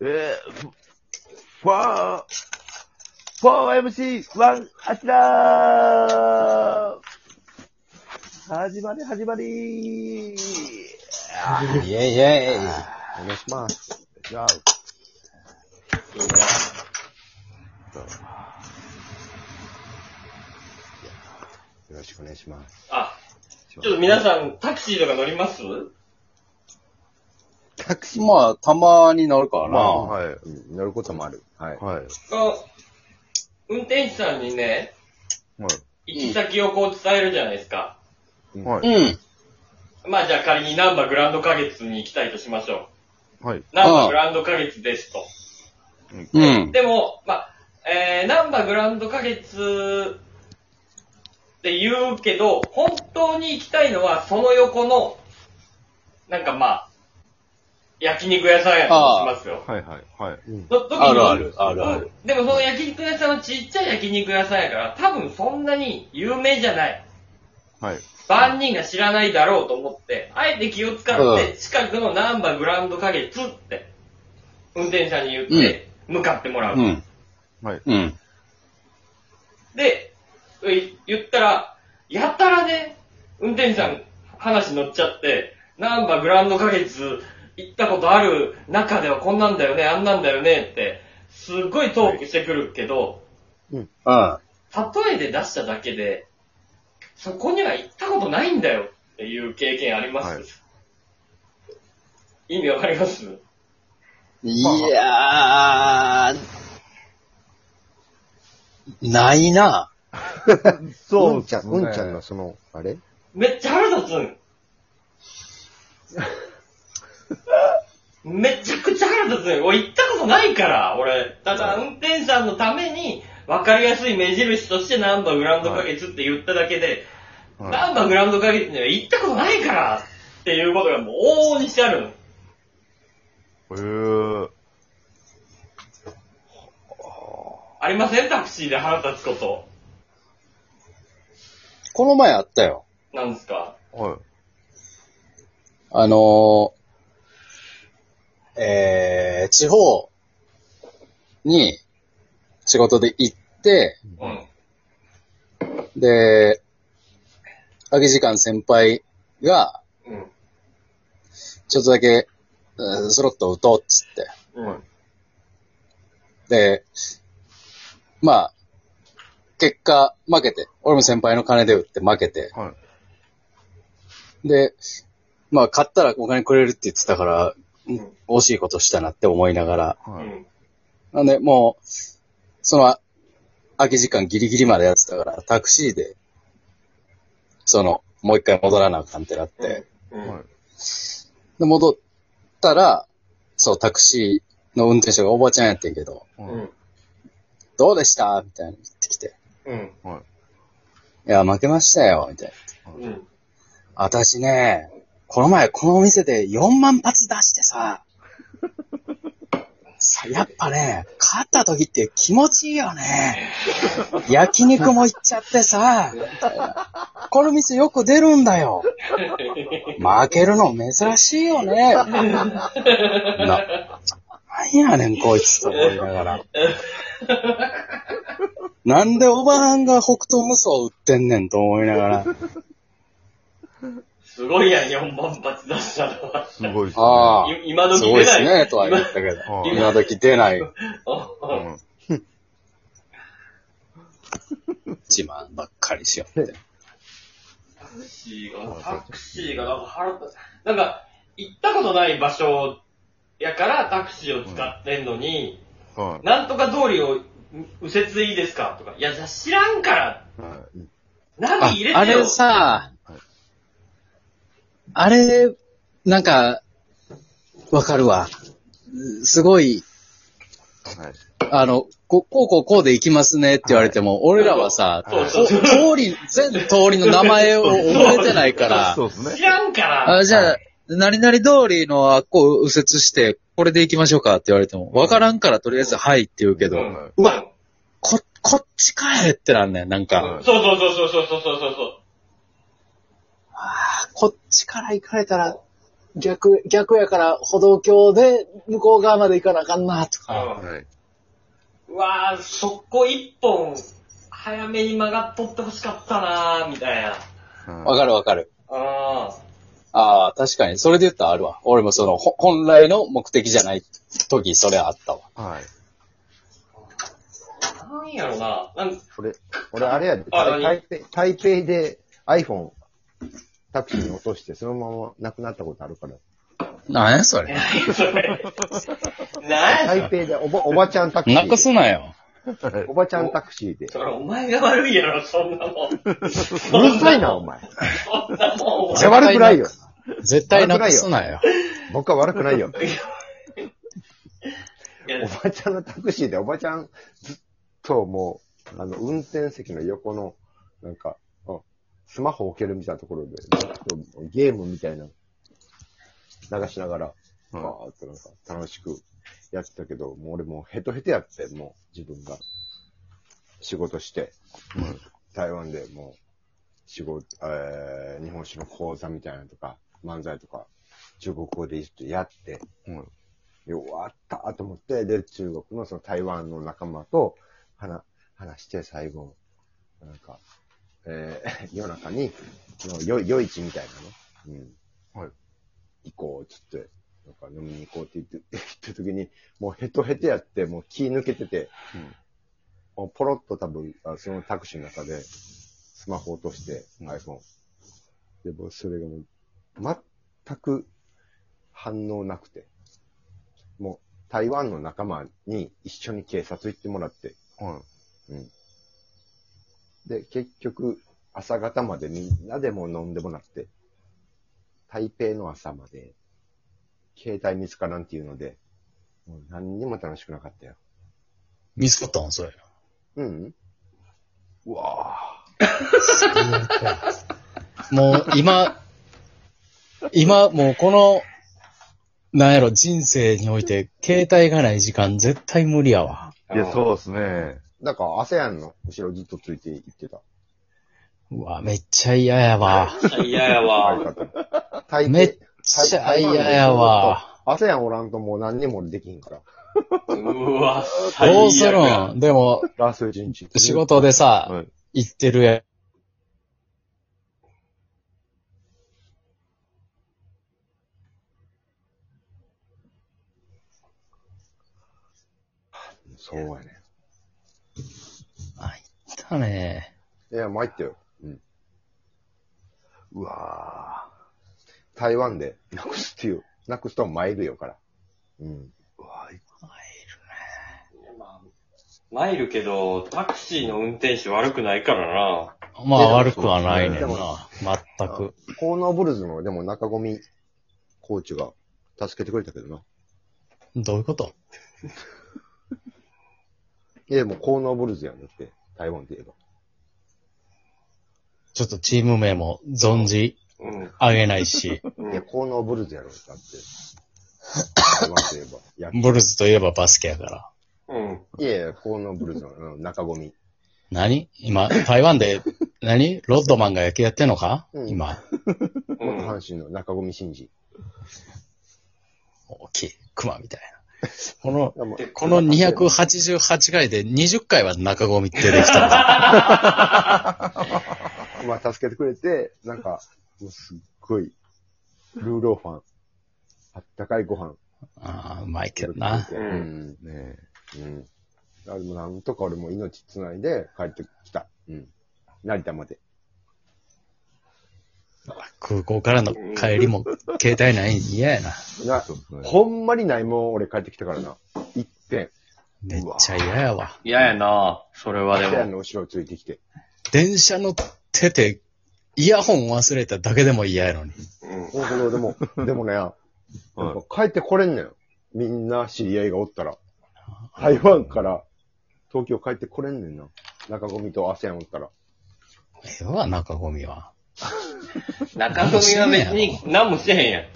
えー、フォー、フォー MC1、あちらー始まり始まイェりーイイェイお願いします。じゃあ、よろしくお願いします。あ、ちょっと皆さん、タクシーとか乗りますタクシーまあ、たまになるからな。まあ、はい、うん乗ることもある。はい。はい、こう運転手さんにね、は行き先をこう伝えるじゃないですか。い、はうい、ん。まあじゃあ仮にナンバグランド花月に行きたいとしましょはい、う。ナンバグランド花月ですと。うん。でも、まあ、えー、ナンバグランド花月って言うけど、本当に行きたいのはその横の、なんかまあ、焼肉屋さんやとしますよ。はい、はい、はい。の時にあるあるあるあるうんでもその焼肉屋さんはちっちゃい焼肉屋さんやから、多分そんなに有名じゃない。はい、万人が知らないだろうと思って、あえて気を使って、う近くのナンバーグランド花月って、運転手さんに言って、向かってもらう。うん。はい。うん。で、い言ったら、やったらね、運転手さん話乗っちゃって、ナンバーグランド花月行ったことある中ではこんなんだよね、あんなんだよねって、すっごいトークしてくるけど、うん。例えで出しただけで、そこには行ったことないんだよっていう経験あります、はい意味わかりますいやー、ないな。そううんちゃん、ねうんちゃんのその、あれめっちゃ腹立つ ん。めちゃくちゃ腹立つん。俺行ったことないから、俺。ただ運転手さんのために、わかりやすい目印としてナンバーグランド花月って言っただけで、はいナンバーグランド花月には行ったことないからっていうことがもう往々にしてあるの。えー、ありませんタクシーで腹立つこと。この前あったよ。なんですかはい、あのー、えー、地方に仕事で行って、うん。で、空き時間先輩が、うん。ちょっとだけ、うんスロット打とうっつって。うん。で、まあ、結果、負けて、俺も先輩の金で打って負けて、はい、で、まあ、買ったらお金くれるって言ってたから、うん惜しいことしたなって思いながら、うはい、ん。なんで、もう、その、空き時間ギリギリまでやってたから、タクシーで、その、もう一回戻らなあかんってなって、うん。はい、で、戻ったら、そう、タクシーの運転手がおばちゃんやってんけど、はうん。どうでしたみたいなの言ってきて、うん。はい、いや、負けましたよ、みたいな。うん。私ね、この前このお店で4万発出してさ、さやっぱね、勝った時って気持ちいいよね。焼肉も行っちゃってさ、この店よく出るんだよ。負けるの珍しいよね。な、なんやねんこいつと思いながら。なんでおばはんが北東無双売ってんねんと思いながら。すごいやん、4万発出したのは。すごいですね。ああ。い今時すご出いですない。ね、とは言ったけどは。い今時出ないうんうん自慢ばっかりしよって。タクシーが、タクシーがなんか腹立つ。なんか、行ったことない場所やからタクシーを使ってんのに、はなんとか通りを右折でいいですかとか。いや、じゃあ知らんから、い、はい。ナビあ入れてよ。あれさ、あれ、なんか、わかるわ。すごい、はい。あの、ここうこうこうで行きますねって言われても、俺らはさ、そうとそうそう通り、全通りの名前を覚えてないから、そうです知ね。らんから。あじゃあ、何々通りのあっこを右折して、これで行きましょうかって言われても、わからんからとりあえずはいって言うけど、うんうわこ、こっちかえってなんねん、なんか。うんそうそうそうそうそうそうそうそう。こっちから行かれたら、逆、逆やから歩道橋で向こう側まで行かなあかんな、とか。はい。うわぁ、そこ一本、早めに曲がっとってほしかったなぁ、みたいな。わはかるわかる。あああ、確かに。それで言ったらあるわ。俺もその、ほ本来の目的じゃない時、それあったわ。い。はい。あ。なんやろななん俺、俺あれやで、あ台台北、台北で iPhone タクシーに落として、そのまま亡くなったことあるから。なんやそれ。何 それ。何台北でおば、おばちゃんタクシなくー。すなよ。おばちゃんタクシーで。それお前が悪いやろ、そんなもん。うるさいな、お前。そんなもん。じゃ悪くないよ。絶対なくすなよ。僕は悪くないよ。いやおばちゃんのタクシーで、おばちゃん、ずっともう、あの、運転席の横の、なんか、あスマホ置けるみたいなところで、ずっとゲームみたいな、流しながら、バはーっとなんか楽しくやってたけど、もう俺もうヘトヘトやって、もう自分が仕事して、うん台湾でもう仕事、えー、日本酒の講座みたいなのとか、漫才とか、中国語でずっとやって、い。で、終わったと思って、で、中国のその台湾の仲間と話、話して最後、なんか、えー 夜中に、のよ、夜市みたいなの、うん。はい。行こう、っつって、なんか飲みに行こうって言って、言った時に、もうヘトヘトやって、もう気抜けてて、うんもうポロッと多分、あそのタクシーの中で、スマホ落として、うん iPhone。で、もうそれがもう、全く反応なくて。もう、台湾の仲間に一緒に警察行ってもらって、はい。で、結局、朝方までみんなでもう飲んでもらって、台北の朝まで、携帯見つからんっていうので、もう何にも楽しくなかったよ。見つかったんそれ。うん、うん。うわもう今、 今、もうこの、なんやろ、人生において、携帯がない時間絶対無理やわ。いや、そうですね。ぁ。だから、アセアンの後ろずっとついて行ってた。うわ、めっちゃ嫌やわ。嫌や相わ。方。台めっちゃ嫌やわ。。アセアンおらんともう何にもできひんから。うわ、最悪どうするんでも、ラス1日。仕事ではさ、い。行ってるやそうやね。つだね。いや、参ったよ。うわ台湾でなくすっていう。なくすと参るよから。うん。ぁ。うわぁまあ参るけど、タクシーの運転手悪くないからな。まあ悪くはないねんでもな。全く。コーノーブルズの、でも中込コーチが助けてくれたけどな。どういうこといや、もうコーノーブルズやんだって、台湾で言えば。ちょっとチーム名も存じうん。上げないし、ういや、ん、コーノーブルズやろ、だって。台湾で言えば。いやブルズといえばバスケやから。うん。いやいや、コーノーブルズのうん中込何今、台湾 で、何ロッドマンが野球やってんのか、うん今。う元ん。阪神の中込真治。大きい。熊みたいな。この、いやもうでこの288回で20回は中込み出てきた わ。まあ、助けてくれて、なんか、もうすっごい、ルーローファン。あったかいご飯。ああ、うまいけどな。ううんん。ねうん。あでもなんとか俺も命つないで帰ってきた。うん。成田まで。空港からの帰りも携帯ないん嫌やな。なそうですね。ほんまにないもん俺帰ってきたからな。一点。めっちゃ嫌やわ。嫌やなそれはで部屋も。の後ろついてきて。電車乗ってて、イヤホン忘れただけでも嫌やのに。うん。ほん とでも、でもね、やはっぱ帰ってこれんのよ。みんな知り合いがおったら。台湾から東京帰ってこれんねんな。中込と ASEAN おったら。ええわ、中込みは。中富は別に何もしてへんやん。い。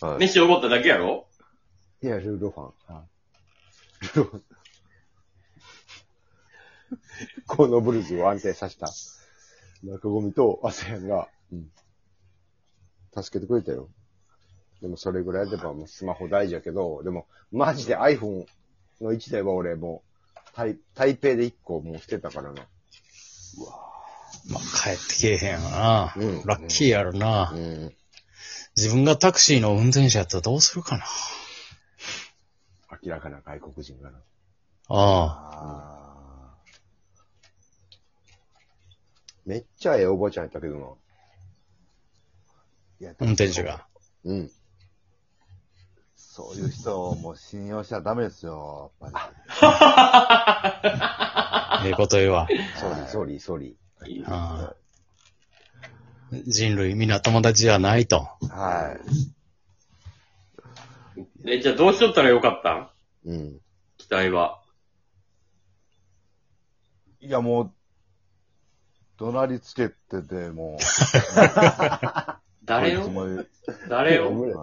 はい。飯おごっただけやろいや、ルーローファン。ルーローファン。 このブルズを安定させた中込と ASEAN が、うん助けてくれたよ。でもそれぐらいでもスマホ大事やけど、でもマジで iPhone の1台は俺もう台台北で1個もう捨てたからな。まあ、帰ってけえへんよな。うんラッキーやろな、うん。自分がタクシーの運転手やったらどうするかな。明らかな外国人がな。ああ。めっちゃええおばちゃんやったけどな。いや運転手。が。うん。そういう人をもう信用しちゃダメですよ、やっぱええこと言うわ。ソーリー、ソーリー、ソーリああ人類皆友達じゃないと。り。はい。え、じゃあどうしとったらよかったんー。うん。期待は。いや、もう、怒鳴りつけてて、もう。誰こいつもをはい誰ごをめん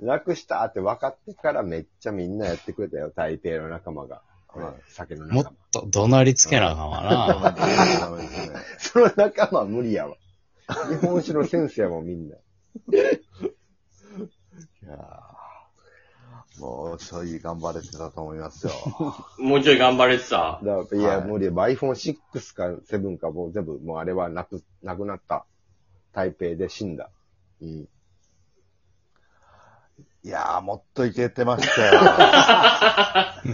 楽したって分かってからめっちゃみんなやってくれたよ、台北の仲間が。これはい酒のも仲っ間。と怒鳴りつけなあかんわな。ダメですね。その仲間無理やわ。日本酒の先生やもん、みんな。いやーもうちょい頑張れてたと思いますよ。 もうちょい頑張れてた。だからいや、はい無理や。iPhone6 か7かもう全部、もうあれはなく、なくなった。台北で死んだ。うん。いやー、もっといけてました よ。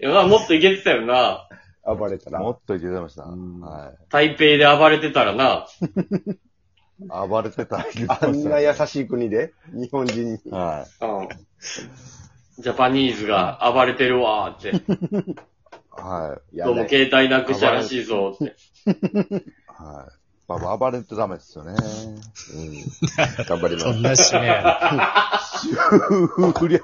いや、もっといけてたよな。暴れたら。もっといけてました。うんは台北で暴れてたらな。い。暴れてた。あんな優い。しい国で、日本人に。はうん。ジャパニーズが暴れてるわーって。い。はい。やどうも携帯なくしたらしいぞーって。はい。まあ、暴れてダメですよね。うん。頑張りますそ。んな使命やな。不良